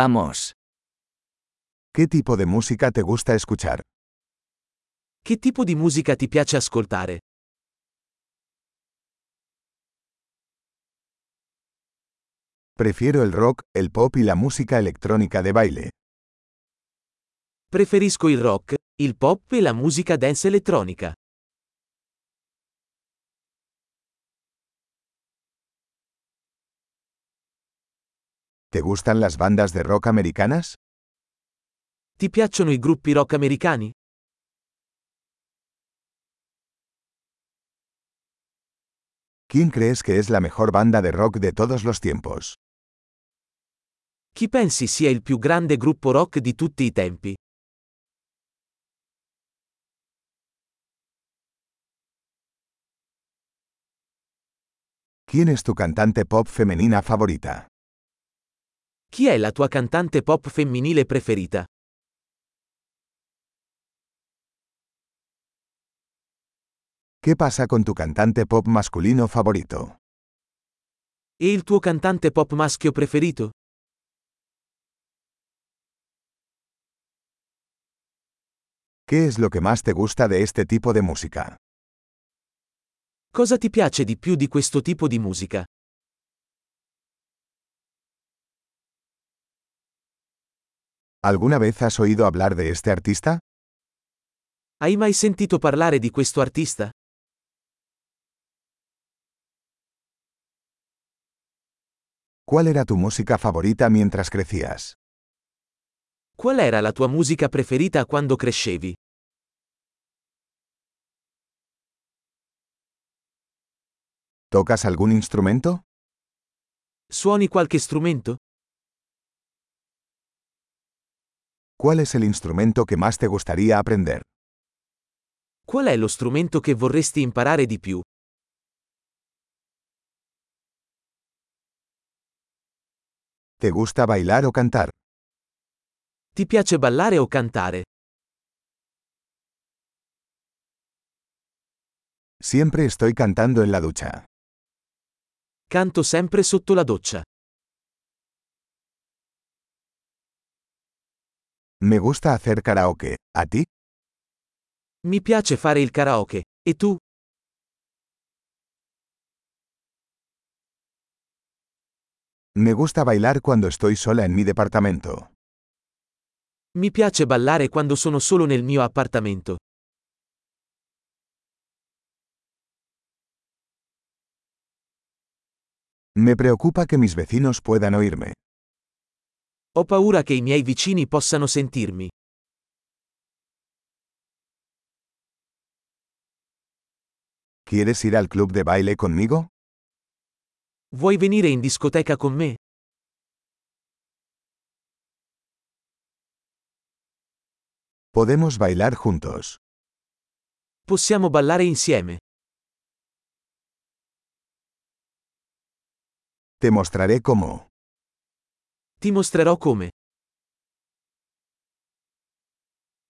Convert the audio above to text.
Vamos. ¿Qué tipo de música te gusta escuchar? Che tipo di musica ti piace ascoltare? Prefiero el rock, el pop y la música electrónica de baile. Preferisco il rock, il pop e la musica dance elettronica. ¿Te gustan las bandas de rock americanas? Ti piacciono i gruppi rock americani? ¿Quién crees que es la mejor banda de rock de todos los tiempos? Chi pensi sia il più grande gruppo rock di tutti i tempi? ¿Quién es tu cantante pop femenina favorita? Chi è la tua cantante pop femminile preferita? ¿Qué pasa con tu cantante pop masculino favorito? E il tuo cantante pop maschio preferito? ¿Qué es lo que más te gusta de este tipo de música? Cosa ti piace di più di questo tipo di musica? ¿Alguna vez has oído hablar de este artista? Hai mai sentito parlare di questo artista? ¿Cuál era tu música favorita mientras crecías? Qual era la tua musica preferita quando crescevi? ¿Tocas algún instrumento? Suoni qualche strumento? ¿Cuál es el instrumento que más te gustaría aprender? Qual è lo strumento che vorresti imparare di più? ¿Te gusta bailar o cantar? Ti piace ballare o cantare? Siempre estoy cantando en la ducha. Canto sempre sotto la doccia. Me gusta hacer karaoke. ¿A ti? Mi piace fare il karaoke. E tu? Me gusta bailar cuando estoy sola en mi departamento. Mi piace ballare quando sono solo nel mio appartamento. Me preocupa que mis vecinos puedan oírme. Ho paura che i miei vicini possano sentirmi. ¿Quieres ir al club de baile conmigo? Vuoi venire in discoteca con me? Podemos bailar juntos. Possiamo ballare insieme. Te mostraré cómo. Ti mostrerò come.